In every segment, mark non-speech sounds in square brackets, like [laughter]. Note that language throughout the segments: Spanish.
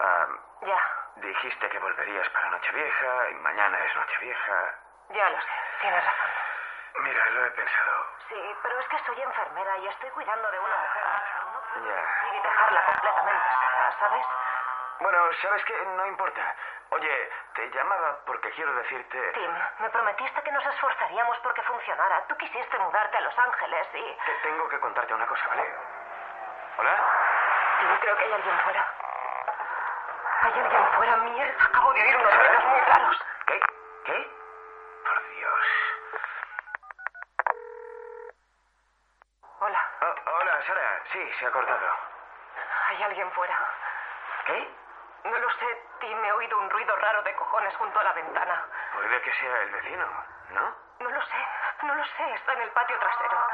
Am, Ya, Dijiste que volverías para Nochevieja y mañana es Nochevieja. ya lo sé. Tienes razón. Mira, lo he pensado. Sí, pero es que soy enfermera y estoy cuidando de una mujer. No puedo Ya. ir y dejarla completamente sola, ¿sabes? Bueno, ¿sabes qué? No importa. Oye, te llamaba porque quiero decirte... Tim, me prometiste que nos esforzaríamos porque funcionara. Tú quisiste mudarte a Los Ángeles y... que tengo que contarte una cosa, ¿vale? ¿Hola? Tim, creo que hay alguien fuera. Hay alguien fuera, mierda. Acabo de oír unos ruidos muy raros. ¿Qué? ¿Qué? Por Dios. Hola, Oh, hola, Sara. Sí, se ha cortado. hay alguien fuera. ¿Qué? No lo sé, Tim, he oído un ruido raro de cojones junto a la ventana. Puede que sea el vecino, ¿no? No lo sé, no lo sé, está en el patio trasero.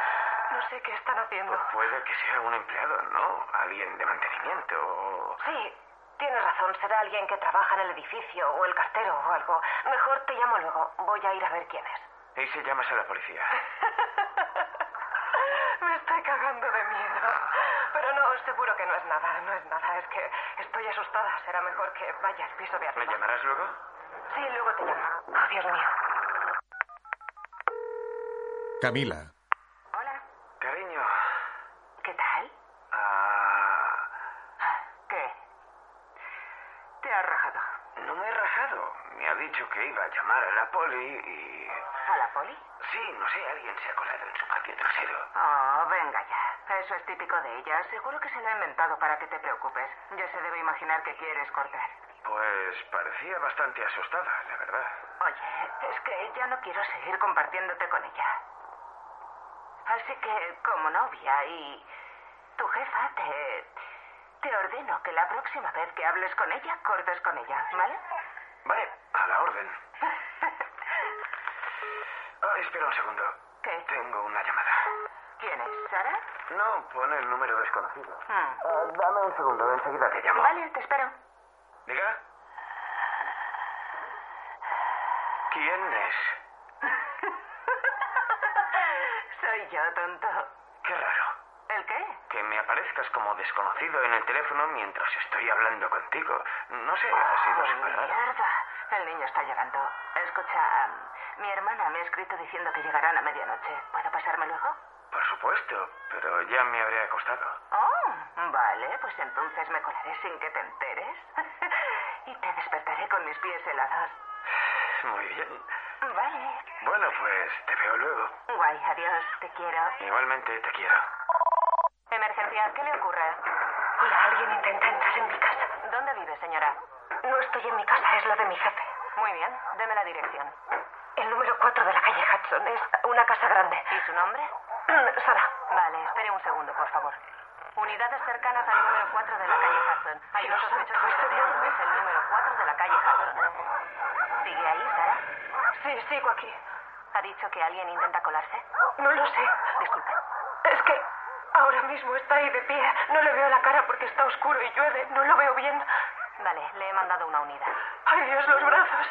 No sé qué están haciendo. Puede que sea un empleado, ¿no? Alguien de mantenimiento o... Sí, tienes razón, será alguien que trabaja en el edificio o el cartero o algo. Mejor te llamo luego, voy a ir a ver quién es. Y si llamas a la policía. [laughs] Me estoy cagando de miedo. Pero no, seguro que no es nada, no es nada. Es que estoy asustada. Será mejor que vaya al piso de ¿Me arriba. llamarás luego? Sí, luego te llamo. Oh, Dios mío. Camila, Hola. Cariño. ¿Qué tal? Ah, ¿Qué? Te has rajado. no me he rajado. Me ha dicho que iba a llamar a la poli y... ¿A la poli? Sí, no sé, alguien se ha colado en su patio trasero. Oh, venga ya. Eso es típico de ella. Seguro que se lo ha inventado para que te preocupes. Ya se debe imaginar que quieres cortar. Pues parecía bastante asustada, la verdad. Oye, es que ya no quiero seguir compartiéndote con ella. Así que, como novia y tu jefa, te, te ordeno que la próxima vez que hables con ella, cortes con ella, ¿vale? Vale, a la [laughs] orden. Ah, espera un segundo. ¿Qué? Tengo una llamada. ¿Quién es, Sara? No, pone el número desconocido. Hmm. Ah, dame un segundo, enseguida te llamo. Vale, te espero. ¿Diga? ¿Quién es? Soy yo, tonto. Qué raro. ¿El qué? Que me aparezcas como desconocido en el teléfono mientras estoy hablando contigo. No sé, ha sido súper raro. mierda. El niño está llorando. Escucha, mi hermana me ha escrito diciendo que llegarán a medianoche. ¿Puedo pasarme luego? Por supuesto, pero ya me habré acostado. [laughs] Oh, vale, pues entonces me colaré sin que te enteres. [laughs] y te despertaré con mis pies helados. Muy bien. Vale. Bueno, pues te veo luego. Guay, adiós, te quiero. Igualmente te quiero. Emergencia, ¿qué le ocurre? Hola, alguien intenta entrar en mi casa. ¿Dónde vive, señora? No estoy en mi casa, es la de mi jefe. Muy bien, deme la dirección. El número 4 de la calle Hudson. Es una casa grande. ¿Y su nombre? [clears throat] Sara. Vale, espere un segundo, por favor. Unidades cercanas al número 4 de la calle Hudson. Hay dos sospechosos de algo. Es el número 4 de la calle Hudson. ¿Sigue ahí, Sara? Sí, sigo aquí. ¿Ha dicho que alguien intenta colarse? No lo sé. Disculpe. Es que ahora mismo está ahí de pie. No le veo la cara porque está oscuro y llueve. No lo veo bien. Vale, le he mandado una unidad. ¡Ay, Dios, los brazos!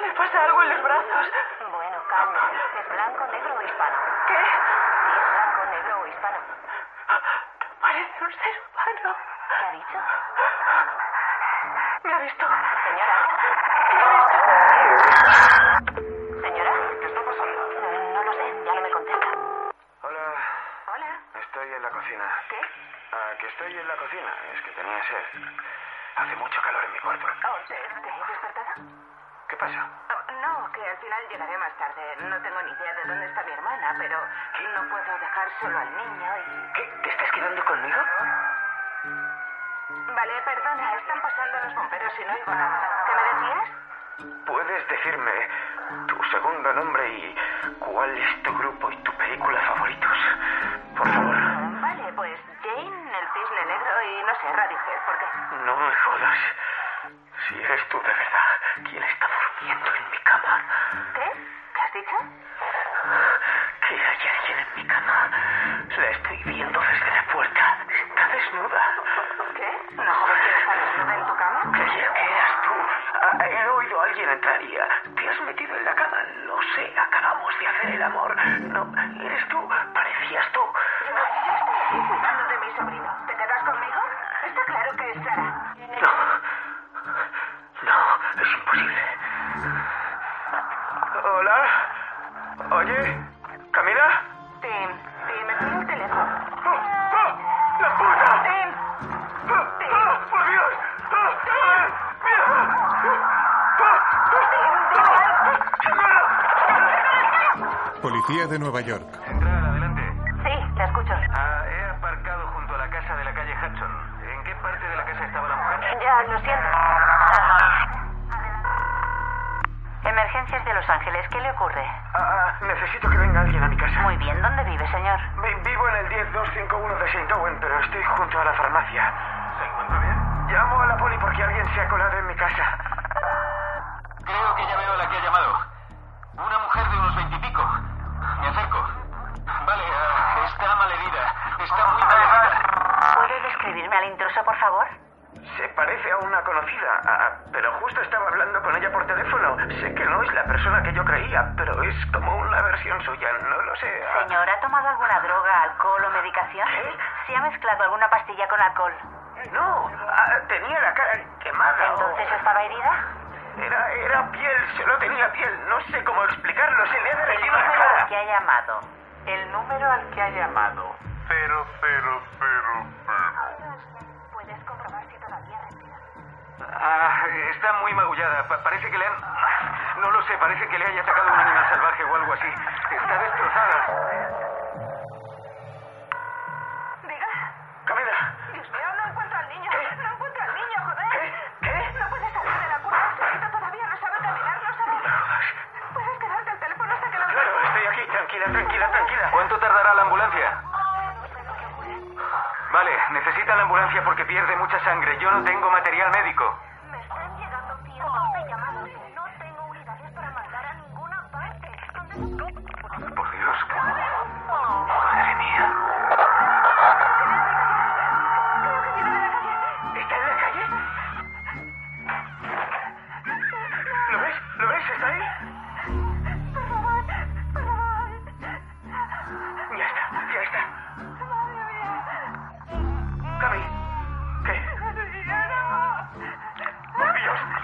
Le pasa algo en los brazos. Bueno, calma. ¿Es blanco, negro o hispano? ¿Qué? Si es blanco, negro o hispano. Parece un ser humano. ¿Qué ha dicho? Me ha visto. Señora. Me ha visto. Señora. ¿Qué está pasando? No, no lo sé, ya no me contesta. Hola, Hola. estoy en la cocina. ¿Qué? Ah, que estoy en la cocina, es que tenía sed. Hace mucho calor en mi cuerpo. Oh, ¿te, te he despertado? ¿Qué pasa? Ah, No, que al final llegaré más tarde. No tengo ni idea de dónde está mi hermana, pero no puedo dejar solo al niño y... ¿Qué? ¿Te estás quedando conmigo? Vale, perdona, están pasando los bomberos y no oigo nada. ¿Qué me decías? ¿Puedes decirme tu segundo nombre y cuál es tu grupo y tu película favoritos? Por favor, Vale, pues Jane, el cisne negro y no sé, Radiohead, ¿por qué? no me jodas. Si eres tú de verdad, ¿quién está durmiendo en mi cama? ¿Qué? ¿Qué has dicho? Que hay alguien en mi cama. La estoy viendo desde la puerta. Está desnuda. ¿Qué? ¿No porque está desnuda en tu cama? Creía que eras tú. Ah, He oído a alguien entraría. Te has metido en la cama. No sé, acabamos de hacer el amor. No, eres tú. Parecías tú. Yo, yo estoy aquí cuidando de mi sobrino. ¿Te quedas conmigo? Este Está claro que es Sara. No. No, es imposible. Hola. Oye, ¿Camila? Tim, Tim, estoy en el teléfono. ¡Oh, oh! ¡La puta! Tim, ¡Ah, ah, ¡Por Dios! ¡Ah, ah, ¡Mira! ¡Ah, ah, ah! ¡Señora! Policía de Nueva York. Central, adelante. Sí, te escucho. Ah, he aparcado junto a la casa de la calle Hudson. ¿En qué parte de la casa estaba la mujer? Ya, lo siento. Emergencias de Los Ángeles, ¿qué le ocurre? Ah, ah, necesito que venga alguien a mi casa. Muy bien, ¿dónde vive, señor? Vi- vivo en el 10251 de St. Owen, pero estoy junto a la farmacia. ¿Se encuentra bien? Llamo a la poli porque alguien se ha colado en mi casa. Creo que ya veo a la que ha llamado. Una mujer de unos veintipico. Me acerco. Vale, ah, está malherida. Está muy malherida. Ah, ¿Puede describirme al intruso, por favor? Se parece a una conocida, ah, pero justo estaba hablando con ella por teléfono. Sé que no es la persona que yo creía, pero es como una versión suya, no lo sé. ah. Señor, ¿ha tomado alguna droga, alcohol o medicación? ¿Eh? ¿Se ha mezclado alguna pastilla con alcohol? No, ah, tenía la cara quemada. o- ¿Entonces estaba herida? Era, era piel, solo tenía piel. No sé cómo explicarlo, se le ha El derretido la número al cara. que ha llamado. El número al que ha llamado. Cero, cero, cero, cero. ¿Puedes comprobar si todavía respira? Ah, está muy magullada. Pa- parece que le han... No lo sé, parece que le haya atacado un animal salvaje o algo así. Está destrozada. Diga. Camila, Dios mío, no encuentro al niño. No encuentro al niño, joder. ¿Qué? ¿Qué? No puede salir de la curva. El chiquito todavía no sabe caminar, no sabe. Puedes quedarte al teléfono hasta que lo claro, estoy aquí. Tranquila, tranquila, tranquila. ¿Cuánto tardará la ambulancia? Vale, necesita la ambulancia porque pierde mucha sangre. Yo no tengo material médico. Me están llegando cientos de llamadas. No tengo unidades para mandar a ninguna parte. ¿Dónde busco? Por Dios, qué... Madre mía. ¿Está en la calle? ¿Lo ves? ¿Lo ves? ¿Está ahí? Por favor, por favor. Ya está, ya está. Madre mía. Cami, ¿qué? Adriana.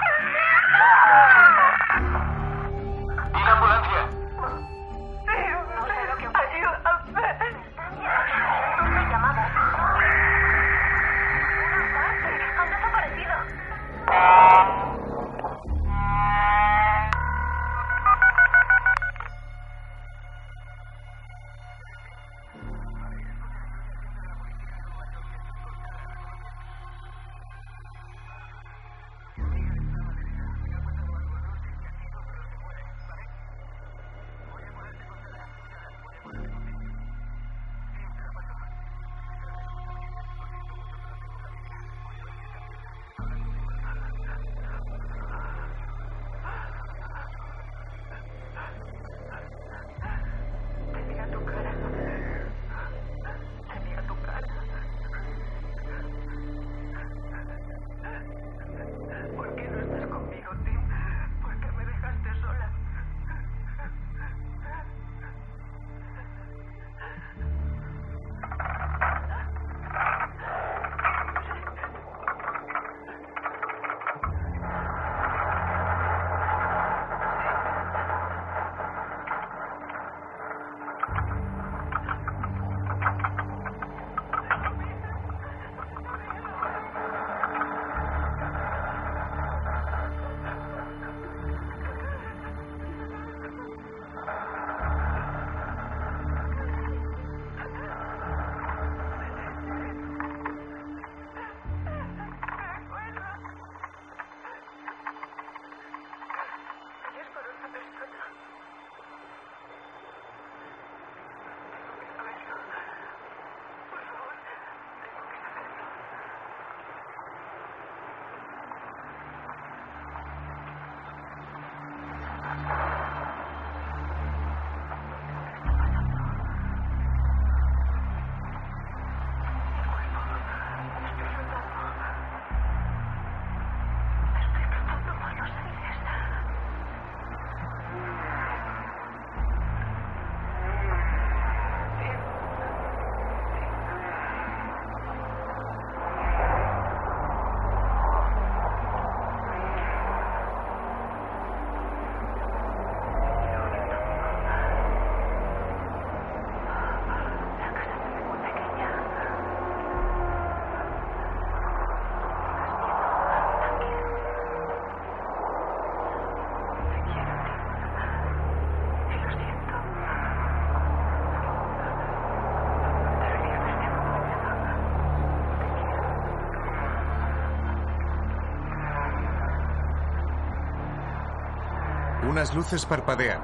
Unas luces parpadean.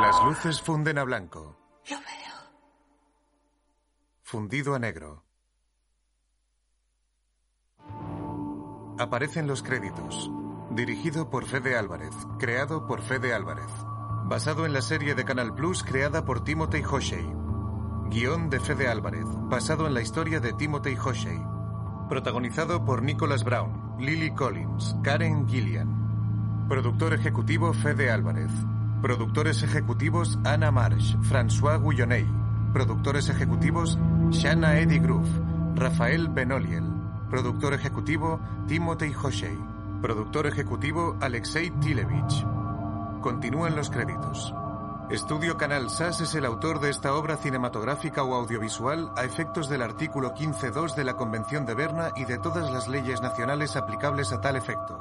Las luces funden a blanco, Lo veo. fundido a negro. Aparecen los créditos. Dirigido por Fede Álvarez, creado por Fede Álvarez. Basado en la serie de Canal Plus creada por Timothy Hoshey. Guión de Fede Álvarez, basado en la historia de Timothy Hoshey. Protagonizado por Nicholas Brown, Lily Collins, Karen Gillian. Productor ejecutivo Fede Álvarez. Productores ejecutivos Anna Marsh, François Guillonnet. Productores ejecutivos Shanna Eddy Groove, Rafael Benoliel. Productor ejecutivo Timothy Hoshey. Productor ejecutivo Alexei Tilevich. Continúan los créditos. Estudio Canal SAS es el autor de esta obra cinematográfica o audiovisual a efectos del artículo 15.2 de la Convención de Berna y de todas las leyes nacionales aplicables a tal efecto.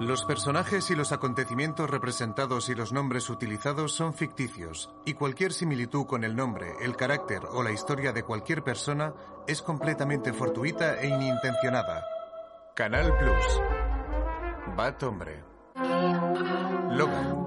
Los personajes y los acontecimientos representados y los nombres utilizados son ficticios, y cualquier similitud con el nombre, el carácter o la historia de cualquier persona es completamente fortuita e inintencionada. Canal Plus. Bat Hombre. Logan.